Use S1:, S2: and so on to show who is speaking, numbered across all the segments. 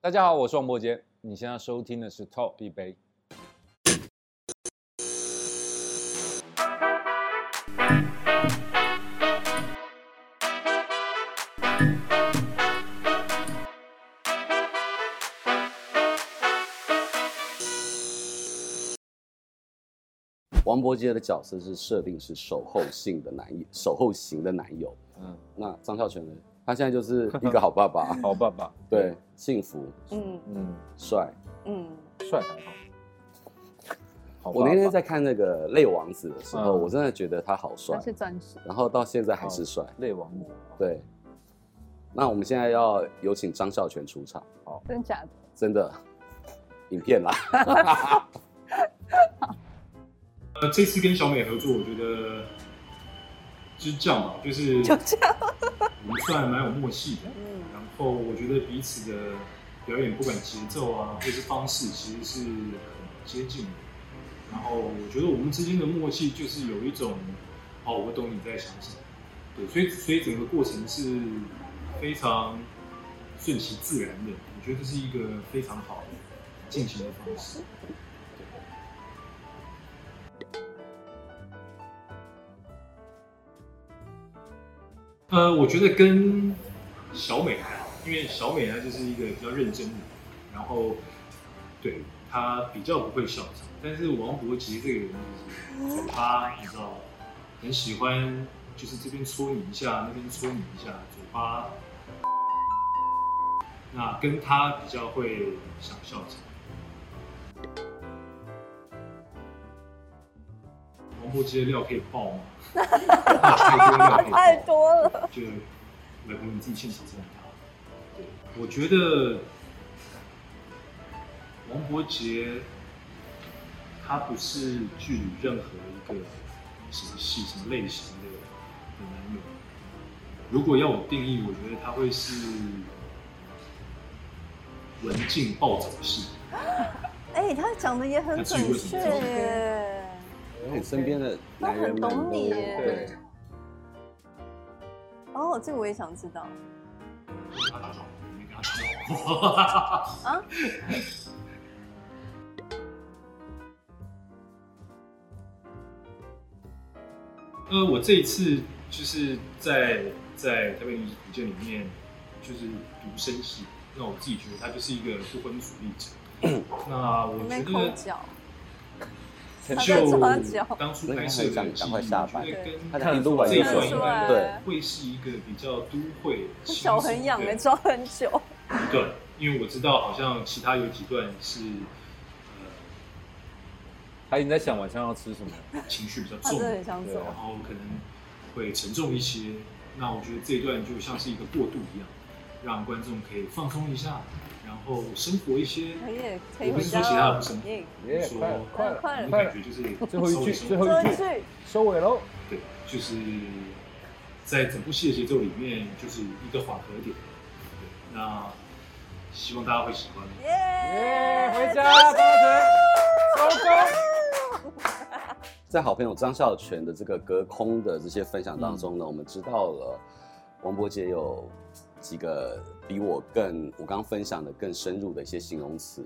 S1: 大家好，我是王伯杰，你现在收听的是 Top 一杯。
S2: 王伯杰的角色是设定是守候性的男友，守候型的男友。
S1: 嗯，，
S2: 那张孝全呢？他现在就是一个好爸爸
S1: 好爸爸。
S2: 对，幸福、
S3: 嗯
S1: 嗯，
S2: 帅。
S3: 嗯，
S1: 帅还好。好爸爸
S2: 我那天在看那个《泪王子》的时候，
S1: 嗯
S2: 我真的觉得他好帅
S3: 他，是钻石。
S2: 然后到现在还是帅。
S1: 泪王母，
S2: 对，那我们现在要有请张孝全出场，
S3: 真的假的？
S2: 真的，影片啦。
S4: 呃，这次跟小美合作，我觉得就是这样吧，就是
S3: 就这样。
S4: 我们算蛮有默契的。
S3: 嗯
S4: 然后我觉得彼此的表演，不管节奏啊，或是方式，其实是很接近的。然后我觉得我们之间的默契就是有一种，哦，我懂你在想什么，对，所以所以整个过程是非常顺其自然的。我觉得这是一个非常好的进行的方式。呃，我觉得跟小美还好，因为小美她就是一个比较认真的人，然后对她比较不会笑场。但是王伯杰这个人就是嘴巴，你知道，很喜欢就是这边戳你一下，那边戳你一下，嘴巴。那跟他比较会想笑场。王伯杰的料可以爆 吗？ 太多料可以爆
S3: 太多了。
S4: 就美国你自己现场这样打。对，我觉得王伯杰他不是剧里任何一个什么戏、什么类型的的男友。如果要我定义，我觉得他会是文静暴走系。
S3: 哎、他讲的也很准确耶。
S2: 因为你身边的男人们
S3: 都很懂你
S2: 都
S3: 耶
S2: 对，
S3: 哦，这个我也想知道。
S4: 跟他打招呼，没跟他打招呼。
S3: 啊
S4: 啊？呃，我这一次就是在在台北艺术图鉴里面，就是独生系。那我自己觉得他就是一个不婚主义 者。那我
S3: 你
S4: 觉
S3: 没
S4: 得
S3: 抠脚，
S4: 就
S3: 他啊在抓 脚
S4: 当初拍摄的记忆，
S2: 赶快下班
S4: 我觉得跟
S2: 他
S1: 看
S2: 看
S1: 得出
S2: 出
S1: 来
S2: 来
S4: 这
S1: 对
S3: 看得
S4: 一段
S3: 出
S4: 应
S3: 来
S4: 该
S2: 对
S4: 会是一个比较都会
S3: 他
S4: 轻松
S3: 脚
S4: 的，
S3: 很痒哎，抓很久。
S4: 对，因为我知道好像其他有几段是
S1: 他已经在想晚上要吃什么。
S4: 呃情绪比较
S3: 他
S4: 重啊
S3: 真的，很想走
S1: 对。
S4: 然后可能会沉重一些。那我觉得这一段就像是一个过渡一样，让观众可以放松一下，然后生活一些。
S3: 可以，可以
S4: 我不
S3: 回
S4: 是
S3: 家
S4: 说其他的
S3: 了
S4: 不是。
S3: 耶
S1: 耶，
S4: 说
S1: 哎快了快了，
S3: 快
S4: 我
S3: 了
S4: 们
S1: 快了
S4: 感觉就是
S1: 最后一句
S4: 稍微
S1: 最后一
S3: 最后
S1: 句
S3: 一句，
S1: 收尾喽。
S4: 对，就是在整部戏的节奏里面，就是一个缓和点。对，那希望大家会喜欢。
S1: 耶，
S3: 耶！
S1: 回家，同学，收工。
S2: 在好朋友张孝全的这个隔空的这些分享当中呢，我们知道了王伯杰有几个比我更我刚分享的更深入的一些形容词。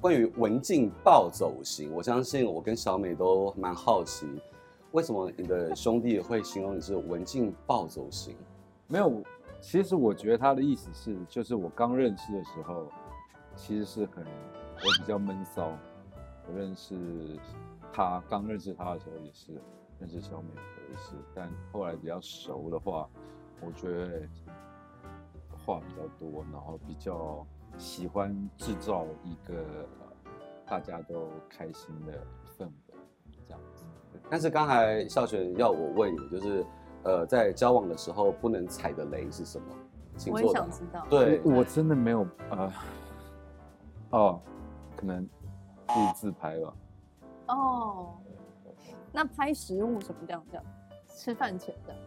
S2: 关于文静暴走型，我相信我跟小美都蛮好奇，为什么你的兄弟会形容你是文静暴走型？
S1: 没有，其实我觉得他的意思是，就是我刚认识的时候，其实是很我比较闷骚。我认识他刚认识他的时候也是，认识小美的时候也是，但后来比较熟的话，我觉得话比较多，然后比较喜欢制造一个呃大家都开心的氛围，这样子。
S2: 但是刚才孝全要我问你，就是呃，在交往的时候不能踩的雷是什么？请
S3: 我
S2: 作
S3: 也
S2: 答
S3: 想知道。嗯
S2: 对，
S1: 我真的没有呃，哦，可能自己自拍吧。
S3: 哦，那拍食物什么这样这样，吃饭前这样。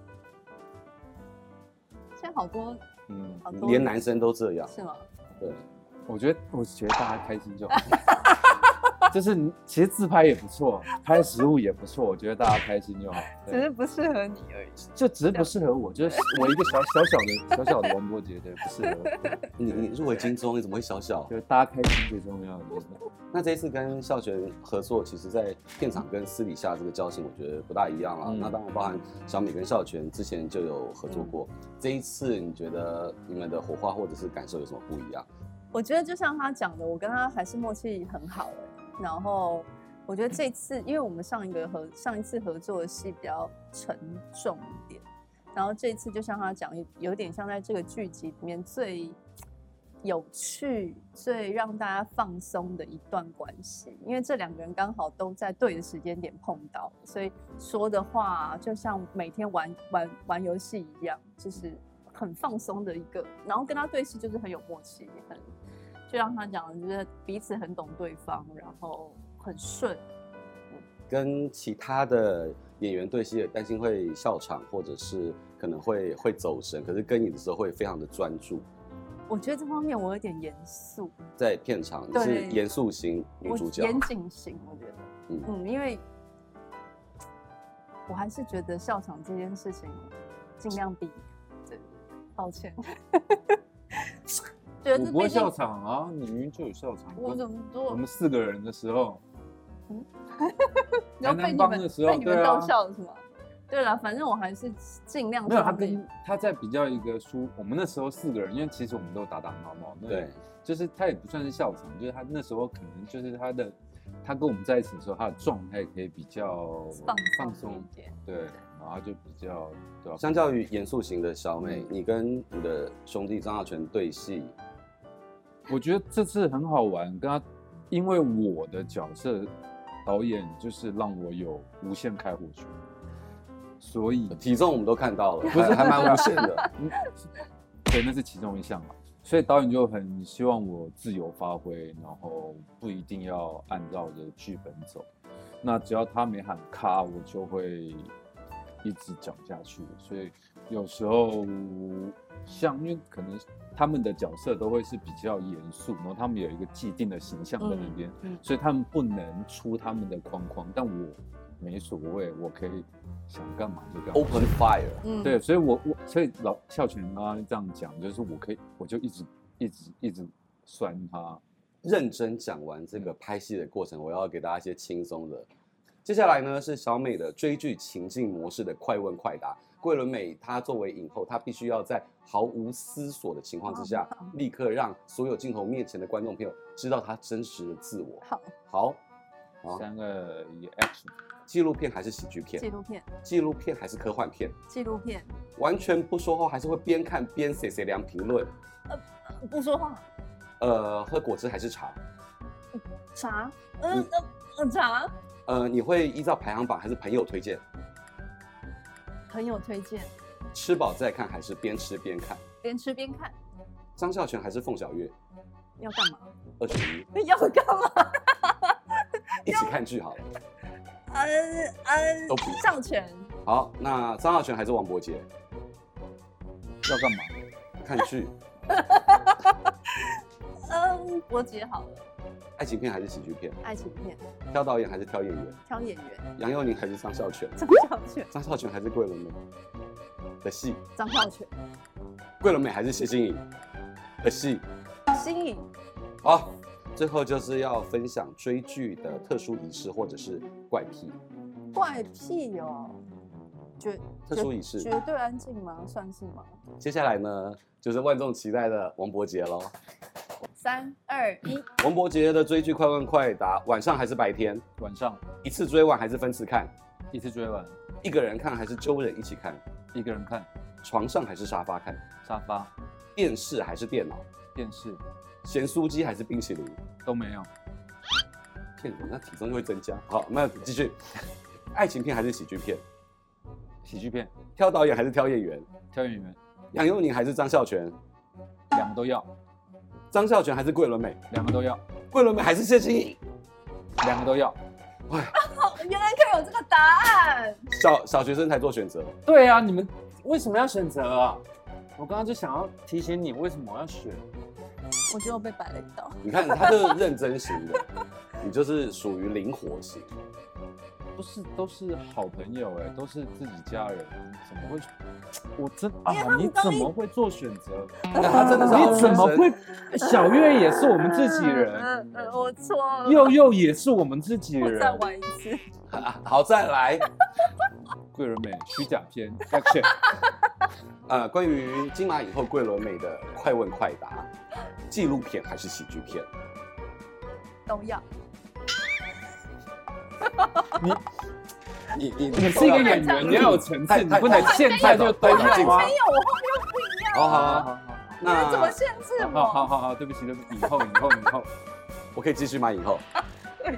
S3: 现在好多
S1: 嗯，
S3: 好多
S2: 连男生都这样。
S3: 是吗？
S2: 对，
S1: 我觉得我觉得大家开心就好。就是你其实自拍也不错，拍食物也不错，我觉得大家开心就好。
S3: 只
S1: 对
S3: 是不适合你而已。
S1: 就只是不适合我， 就是我一个小小小的小小的王伯杰，对，不适合我，对
S2: 你你入围金钟，你怎么会小小
S1: 就？是大家开心最重要。真的
S2: 那这一次跟校学合作，其实在片场跟私底下这个交情，我觉得不大一样啊。
S1: 嗯
S2: 那当然包含小美跟校全之前就有合作过，
S3: 嗯
S2: 这一次你觉得你们的火花或者是感受有什么不一样？
S3: 我觉得就像他讲的，我跟他还是默契很好哎、然后我觉得这次，因为我们上一个合上一次合作的戏比较沉重一点，然后这次就像他讲，有有点像在这个剧集里面最有趣、最让大家放松的一段关系，因为这两个人刚好都在对的时间点碰到，所以说的话就像每天玩玩玩游戏一样，就是很放松的一个。然后跟他对戏就是很有默契，很就像他讲的，就是彼此很懂对方，然后很顺。
S2: 跟其他的演员对戏，也担心会笑场，或者是可能会会走神，可是跟你的时候会非常的专注。
S3: 我觉得这方面我有点严肃，
S2: 在片场你是
S3: 对
S2: 严肃型女
S3: 我
S2: 主角，
S3: 严谨型，我觉得，
S2: 嗯
S3: 嗯因为我还是觉得笑场这件事情尽量避免。对，抱歉，
S1: 我
S3: 觉得这
S1: 不会
S3: 毕
S1: 笑
S3: 竟
S1: 场啊，你明明就有笑场。
S3: 我怎么
S1: 我
S3: 做？
S1: 们四个人的时候，
S3: 然后
S1: 台南
S3: 被你
S1: 帮
S3: 们
S1: 的时候
S3: 被你们
S1: 对啊
S3: 逗笑了是吗？对了，反正我还是尽量
S1: 没有他
S3: 尽力
S1: 跟他在比较一个舒，我们那时候四个人，因为其实我们都打打闹闹，那
S2: 对，
S1: 就是他也不算是笑场，就是他那时候可能就是他的，他跟我们在一起的时候，他的状态可以比较
S3: 放
S1: 放
S3: 松一
S1: 松，
S3: 点。
S1: 对，然后就比较对啊吧、
S2: 相较于严肃型的小
S3: 嗯
S2: 美，你跟你的兄弟张耀全对戏，
S1: 我觉得这次很好玩，跟他，因为我的角色导演就是让我有无限开火权，所以
S2: 体重我们都看到了，
S1: 不是
S2: 还还蛮无限的。
S1: 嗯， 对，那是其中一项嘛。所以导演就很希望我自由发挥，然后不一定要按照着剧本走。那只要他没喊卡，我就会一直讲下去。所以有时候像因为可能他们的角色都会是比较严肃，然后他们有一个既定的形象在那边，
S3: 嗯嗯
S1: 所以他们不能出他们的框框。但我没所谓，我可以想干嘛就干嘛。
S2: Open fire，
S3: 嗯，
S1: 对，所以我我所以老孝全刚刚这样讲，就是我可以我就一直一直一直酸他，
S2: 认真讲完这个拍戏的过程，我要给大家一些轻松的。接下来呢是小美的追剧情境模式的快问快答。桂纶镁她作为影后，她必须要在毫无思索的情况之
S3: 哦
S2: 下，立刻让所有镜头面前的观众朋友知道她真实的自我。
S3: 好，
S2: 好，好，
S1: 三个也 action，
S2: 纪录片还是喜剧
S3: 纪
S2: 片？
S3: 录片，
S2: 纪录片还是科幻片？
S3: 纪录片，
S2: 完全不说话，还是会边看边写写量评论？
S3: 不说话，
S2: 呃，喝果汁还是茶？
S3: 茶，嗯嗯嗯，茶，
S2: 呃，你会依照排行榜还是朋友推荐？
S3: 朋友推荐，
S2: 吃饱再看还是边吃边看？
S3: 边吃边看，
S2: 张孝全还是凤小岳？
S3: 要干嘛？
S2: 二选一，
S3: 要干嘛？
S2: 一起看剧好了。
S3: 嗯嗯
S2: 都不要
S3: 上权，
S2: 好，那张孝全还是王伯杰？
S1: 要干嘛？
S2: 看剧，
S3: 嗯，伯杰好了，
S2: 爱情片还是喜剧片？
S3: 爱情片，
S2: 挑导演还是挑演员？
S3: 挑演员，
S2: 杨佑宁还是张孝全？
S3: 张孝全，
S2: 张孝全还是桂纶镁的戏？
S3: 张孝全，
S2: 桂纶镁还是谢欣颖的戏？
S3: 新颖，
S2: 好，最后就是要分享追剧的特殊仪式或者是怪癖。
S3: 怪癖哦，绝
S2: 特殊仪式
S3: 绝对安静吗？算是吗？
S2: 接下来呢，就是万众期待的王伯杰喽。
S3: 三二一，
S2: 王伯杰的追剧快问快答，晚上还是白天？
S1: 晚上
S2: 一次追完还是分次看？
S1: 一次追完，
S2: 一个人看还是揪人一起看？
S1: 一个人看
S2: 床上还是沙发看？
S1: 沙发、
S2: 电视还是电脑？
S1: 电视
S2: 咸酥鸡还是冰淇淋？
S1: 都没有，
S2: 骗人，那体重就会增加。好，那继续。 爱情片还是喜剧片？
S1: 喜剧片
S2: 挑导演还是挑演员？
S1: 挑演员，
S2: 杨佑宁还是张孝全？
S1: 两个都要，
S2: 张孝全还是桂纶镁？
S1: 两个都要，
S2: 桂纶镁还是谢欣颖？
S1: 两个都要。
S3: 哦，原来可以有这个答案，
S2: 小 小学生才做选择。
S1: 对啊，你们为什么要选择啊？我刚刚就想要提醒你，为什么我要选？
S3: 我觉得我被摆了一道，
S2: 你看，他就是认真型的。 你就是属于灵活型，
S1: 都是都是好朋友哎、都是自己家人，怎么会？我真啊
S3: 因为他，们
S1: 你
S3: 刚
S1: 怎
S3: 一
S1: 么会做选择？
S2: 那他真的是 好
S1: 你怎么
S2: 学生
S1: 会？小月也是我们自己人，
S3: 嗯嗯，我错了，
S1: 佑佑也是我们自己
S3: 我
S1: 人。
S3: 再玩一 次。
S2: 啊 好，再来。
S1: 桂纶镁虚假片 action，
S2: 呃，关于金马以后桂纶镁的快问快答，纪录片还是喜剧片？
S3: 都要，
S2: 你你
S1: 你是一个
S3: 太
S1: 演员，
S3: 长
S1: 你要有层
S2: 太
S1: 次，你
S2: 太
S1: 不能
S2: 太
S1: 现在就都
S2: 太长
S1: 要
S2: 进了
S1: 啊
S3: 没。有，我后面又不一样，
S2: 好好
S1: 好好
S2: 好，
S1: 好
S3: 你们怎么
S2: 那
S3: 限制
S1: 好好好
S3: 我？
S1: 好好，对不起对不起，以后以后以后，
S2: 我可以继续吗？以后
S3: 对，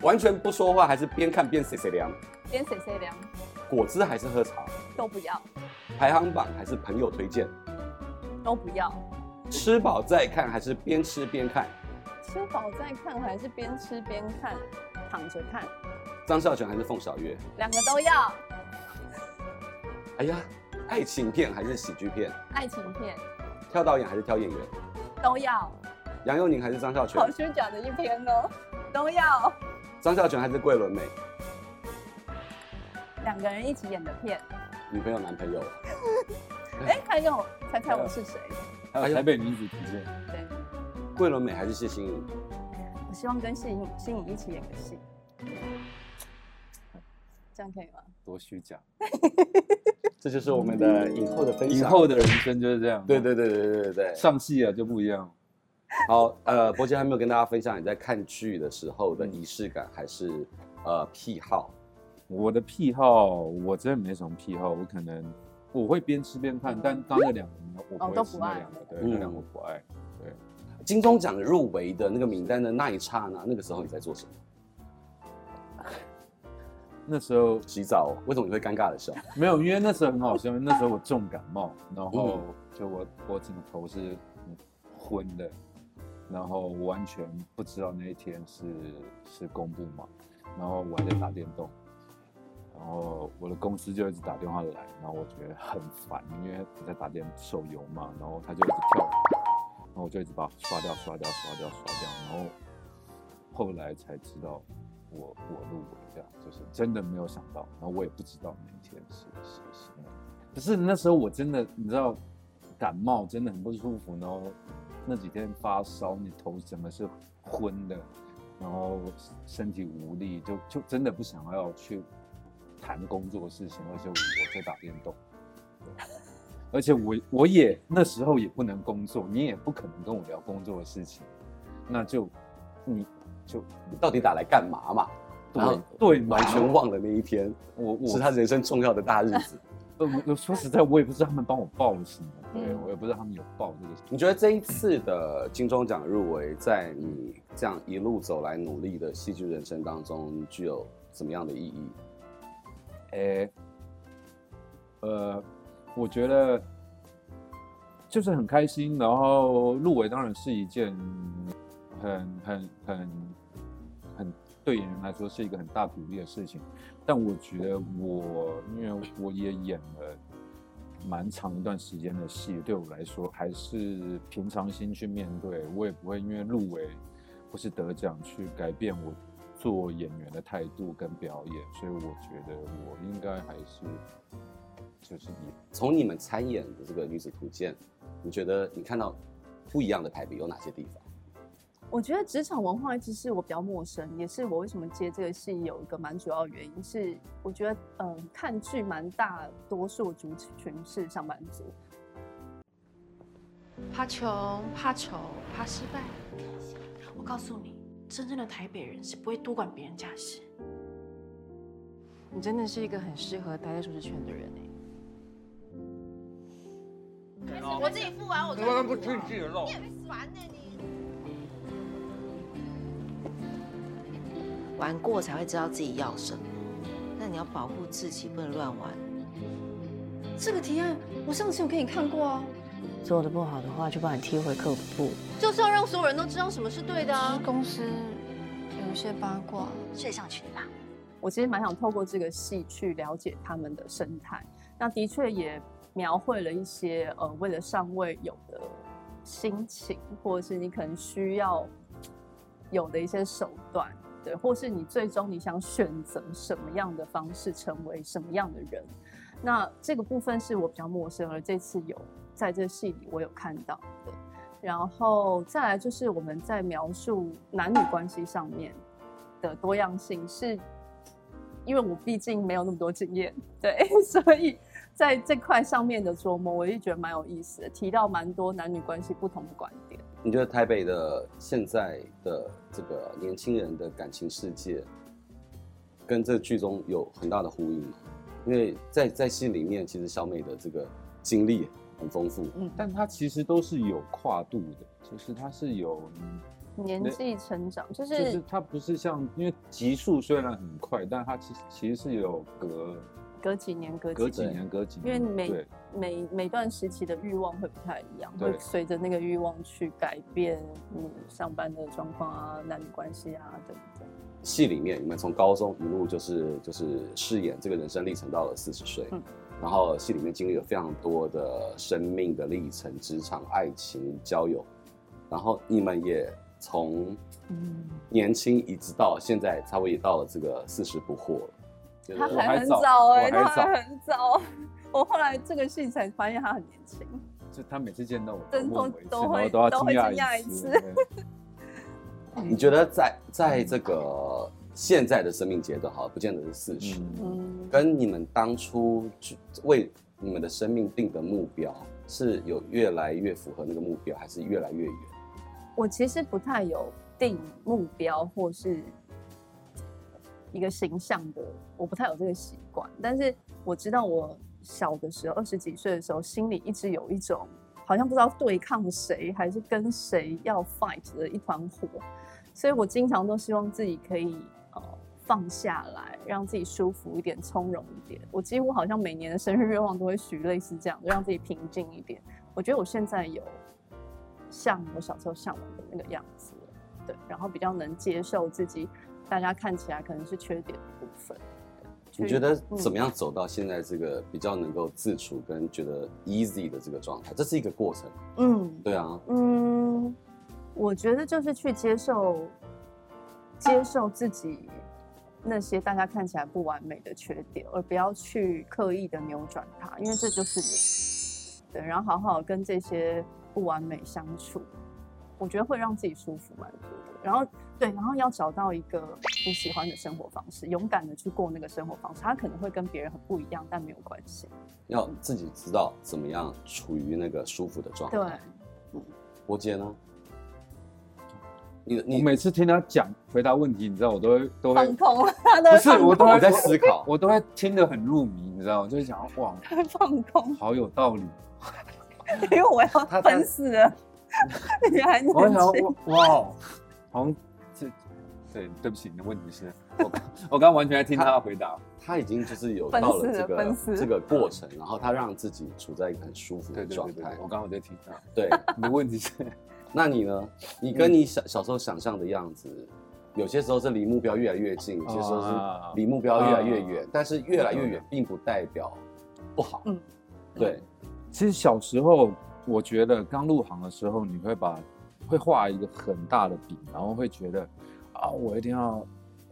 S2: 完全不说话，还是边看边谁谁凉？
S3: 连谁谁凉
S2: 果汁还是喝茶？
S3: 都不要，
S2: 排行榜还是朋友推荐？
S3: 都不要。
S2: 吃饱再看还是边吃边看？
S3: 吃饱再看，还是边吃边看，躺着看，
S2: 张孝全还是凤小岳？
S3: 两个都要。
S2: 哎呀，爱情片还是喜剧片？
S3: 爱情片
S2: 挑导演还是挑演员？
S3: 都要，
S2: 杨佑宁还是张孝全
S3: 好？虚假的一篇哦，都要。
S2: 张孝全还是桂纶镁？
S3: 两个人一起演的片，
S2: 女朋友男朋友？
S3: 哎、还有猜猜我是谁？
S1: 还有台北女子图鉴。
S3: 对，
S2: 桂纶镁还是谢欣颖？
S3: 我希望跟谢颖、谢颖一起演个戏，这样可以吗？
S1: 多虚假，
S2: 这就是我们的影后的分享。
S1: 以后的人生就是这样。
S2: 对对对对对对对。
S1: 上戏啊就不一样。
S2: 好，呃，伯杰还没有跟大家分享你在看剧的时候的仪式感，还是呃癖好？
S1: 我的癖好，我真的没什么癖好，我可能我会边吃边看，但刚那两个我
S3: 哦
S1: 不
S3: 都
S1: 会
S3: 不
S1: 吃
S3: 爱
S1: 那两个，对，
S2: 嗯
S1: 那两个我不爱。
S2: 金钟奖入围的那个名单的那一刹那，那个时候你在做什么？
S1: 那时候
S2: 洗澡？哦为什么你会尴尬的笑？
S1: 没有，因为那时候很好笑，因为那时候我重感冒，然后就我我整个头是昏的，然后我完全不知道那一天是是公布嘛，然后我还在打电动，然后我的公司就一直打电话来，然后我觉得很烦，因为我在打电手游嘛，然后他就一直跳舞，然后我就一直把它刷掉、刷掉、刷掉、刷掉，然后后来才知道我我入围，这样就是真的没有想到，然后我也不知道那一天是是是那个，可是那时候我真的你知道感冒真的很不舒服，然后那几天发烧，你头整个是昏的，然后身体无力，就就真的不想要去谈工作的事情，而且我在打电动。而且我我也那时候也不能工作，你也不可能跟我聊工作的事情，那就你就
S2: 你到底打来干嘛嘛？然后
S1: 对对嘛
S2: 完全忘了那一天，
S1: 我我
S2: 是他人生重要的大日子。
S1: 呃我我说实在，我也不知道他们帮我报了什么，对
S3: 嗯
S1: 我也不知道他们有报这个
S2: 你觉得这一次的金钟奖入围，在你这样一路走来努力的戏剧人生当中，具有怎么样的意义？
S1: 诶、呃，我觉得就是很开心，然后入围当然是一件很很很很对演员来说是一个很大鼓励的事情，但我觉得我因为我也演了。蛮长一段时间的戏，对我来说还是平常心去面对，我也不会因为入围或是得奖去改变我做演员的态度跟表演，所以我觉得我应该还是就是以
S2: 从你们参演的这个《女子图鉴》，你觉得你看到不一样的台北有哪些地方？
S3: 我觉得职场文化一直是我比较陌生，也是我为什么接这个戏有一个蛮主要的原因是，我觉得嗯、呃看剧蛮大多数族群是上班族，
S5: 怕穷、怕丑、怕失败。我告诉你，真正的台北人是不会多管别人家事。
S6: 你真的是一个很适合待在舒适圈的人哎。
S7: 我自己付完，我
S8: 我不吃你自己肉
S7: 你。也会烦呢、你。
S9: 玩过才会知道自己要什么。那你要保护自己，不能乱玩。
S5: 这个提案我上次有给你看过啊。
S9: 做的不好的话，就把你踢回客服部。
S7: 就是要让所有人都知道什么是对的啊。
S5: 公司有一些八卦，
S9: 睡上去吧。
S3: 我其实蛮想透过这个戏去了解他们的生态。那的确也描绘了一些呃，为了上位有的心情，或者是你可能需要有的一些手段，对，或是你最终你想选择什么样的方式成为什么样的人，那这个部分是我比较陌生，而这次有在这戏里我有看到的。然后再来就是我们在描述男女关系上面的多样性是，因为我毕竟没有那么多经验，对， 所以在这块上面的琢磨，我就觉得蛮有意思的，提到蛮多男女关系不同的观点。
S2: 你觉得台北的现在的这个年轻人的感情世界，跟这剧中有很大的呼应吗？因为在在戏里面，其实小美的这个经历很丰富，
S3: 嗯，
S1: 但它其实都是有跨度的，就是它是有，
S3: 年纪成长就
S1: 就是
S3: 是
S1: 它不是像，因为集数虽然很快，但它其实其实是有隔
S3: 隔几年隔
S1: 隔
S3: 几
S1: 几年隔几
S3: 因为
S1: 年，
S3: 每
S1: 对
S3: 每每段时期的欲望会不太一样，
S1: 对
S3: 会随着那个欲望去改变你上班的状况啊、男女关系啊等等。
S2: 戏里面，你们从高中一路就是就是饰演这个人生历程到了四十岁，
S3: 嗯
S2: 然后戏里面经历了非常多的生命的历程、职场、爱情、交友，然后你们也从
S1: 嗯
S2: 年轻一直到现在，差不多也到了这个四十不惑了。觉
S3: 他
S2: 得
S1: 还
S3: 还很
S1: 早
S3: 早哎、
S1: 我还
S3: 他
S1: 早
S3: 还很早。我后来这个戏才发现他很年轻，
S1: 就他每次见到我
S3: 真
S1: 问我一次，
S3: 都
S1: 然后
S3: 会
S1: 都要
S3: 都
S1: 惊
S3: 会惊
S1: 讶
S3: 讶
S1: 一
S3: 一
S1: 次。
S3: 次
S1: 对
S2: 你觉得在
S3: 嗯
S2: 在这个现在的生命阶段，好了，不见得是四十、
S1: 嗯，
S3: 嗯，
S2: 跟你们当初去为你们的生命定的目标，是有越来越符合那个目标，还是越来越远？
S3: 我其实不太有定目标或是一个形象的，我不太有这个习惯。但是我知道我小的时候，二十几岁的时候，心里一直有一种好像不知道对抗谁，还是跟谁要 fight 的一团火，所以我经常都希望自己可以呃放下来，让自己舒服一点，从容一点。我几乎好像每年的生日愿望都会许类似这样，让自己平静一点。我觉得我现在有像我小时候向往的那个样子了，对，然后比较能接受自己，大家看起来可能是缺点的部分。对
S2: 你觉得怎
S3: 嗯
S2: 么样走到现在这个比较能够自处跟觉得 easy 的这个状态？这是一个过程，
S3: 嗯
S2: 对啊，
S3: 嗯，我觉得就是去接受，接受自己那些大家看起来不完美的缺点，而不要去刻意的扭转它，因为这就是人。对，然后好好跟这些不完美相处，我觉得会让自己舒服蛮多的。然后对，然后要找到一个你喜欢的生活方式，勇敢的去过那个生活方式，它可能会跟别人很不一样，但没有关系。
S2: 要自己知道怎么样处于那个舒服的状态。
S3: 对，
S2: 伯杰呢？你
S1: 我
S2: 你
S1: 每次听他讲回答问题，你知道我都会都会
S3: 放空， 他都
S1: 不
S3: 会
S1: 是我都
S2: 我
S1: 会
S2: 在思考，
S1: 我都会听得很入迷，你知道吗？就是想哇，
S3: 放 空。
S1: 好有道理。
S3: 因为我要
S1: 他嗯
S3: 分死 了，你还年
S1: 我想
S3: 轻，
S1: 哇哦哇，好像这对对不起，你的问题是我刚我刚完全在听他的回 答，
S2: 他已经就是有
S3: 奔
S2: 到了
S3: 四
S2: 这
S3: 了奔
S2: 个
S3: 四
S2: 这个过程，然后他让自己处在一个很舒服
S1: 对
S2: 的
S1: 对
S2: 状
S1: 对对
S2: 态
S1: 对，。我刚好在听他。
S2: 对，
S1: 你的问题是
S2: 那你呢？你
S1: 嗯
S2: 跟你小小时候想象的样子，有些时候是离目标越来越近，有些时候是
S1: 啊
S2: 离目标越来越远
S1: 啊，
S2: 但是越来越远并不代表不好。
S3: 嗯
S2: 对，
S1: 其实小时候，我觉得刚入行的时候，你会把会画一个很大的饼，然后会觉得啊，我一定要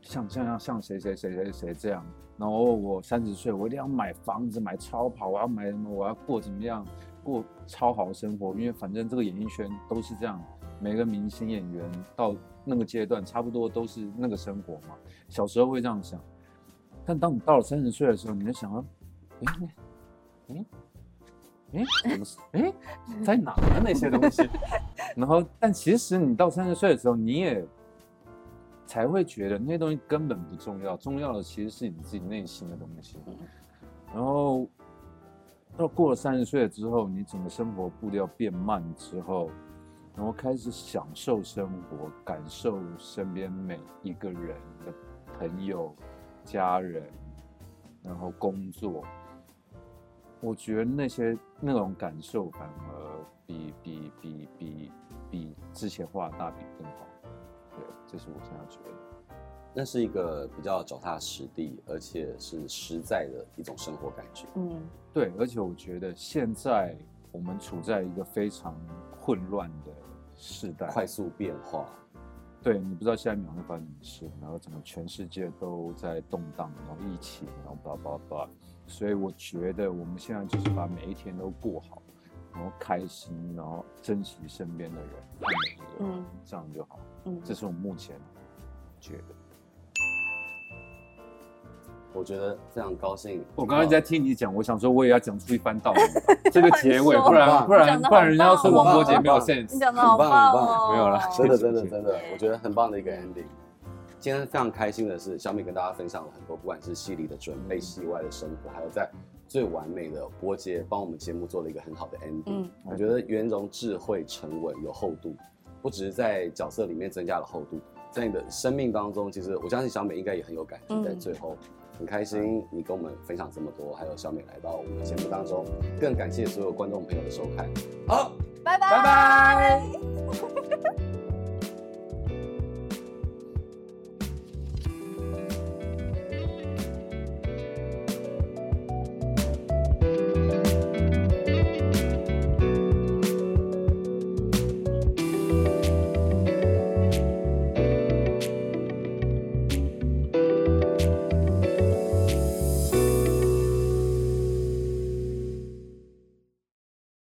S1: 像像像像谁谁谁谁谁这样，然后我三十岁，我一定要买房子、买超跑，我要买什么，我要过怎么样，过超好的生活，因为反正这个演艺圈都是这样，每个明星演员到那个阶段，差不多都是那个生活嘛。小时候会这样想，但当你到了三十岁的时候，你就想到，诶诶诶诶，怎么是？诶，在哪呢？那些东西？然后，但其实你到三十岁的时候，你也才会觉得那些东西根本不重要，重要的其实是你自己内心的东西。然后到过了三十岁之后，你整个生活步调变慢之后，然后开始享受生活，感受身边每一个人的朋友、家人，然后工作。我觉得那些那种感受反而比比比比比之前画的大饼更好。对，这是我现在觉得。
S2: 那是一个比较脚踏实地，而且是实在的一种生活感觉。
S3: 嗯，
S1: 对，而且我觉得现在我们处在一个非常混乱的时代，
S2: 快速变化，
S1: 对你不知道下一秒会发生什么事，然后整个全世界都在动荡，然后疫情，然后叭叭叭，所以我觉得我们现在就是把每一天都过好，然后开心，然后珍惜身边的人，爱每一个人，
S3: 嗯
S1: 这样就好。
S3: 嗯，
S1: 这是我目前觉得。
S2: 我觉得非常高兴。啊
S1: 我刚刚在听你讲，我想说我也要讲出一番 道理，这个结尾，
S3: 很
S1: 不然
S2: 棒
S1: 不然
S3: 讲得
S1: 不然人家
S3: 好
S1: 说
S3: 棒啊
S1: 王
S2: 哦
S1: 伯杰没有
S2: 很棒
S1: sense。
S3: 你讲的好
S2: 很棒
S3: 棒
S2: 很
S3: 哦，
S1: 棒没有啦
S2: 真的，
S1: 谢谢
S2: 真的，
S1: 谢谢
S2: 真的，我觉得很棒的一个 ending。今天非常开心的是，小米跟大家分享了很多，不管是戏里的准备、戏外的生活，还有在最完美的波姐帮我们节目做了一个很好的 ending。
S3: 嗯
S2: 我觉得圆融、智慧、沉稳、有厚度，不只是在角色里面增加了厚度，在你的生命当中，其实我相信小美应该也很有感觉。在
S3: 嗯
S2: 最后，很开心你跟我们分享这么多，还有小美来到我们的节目当中，更感谢所有观众朋友的收看。好。
S3: 拜拜。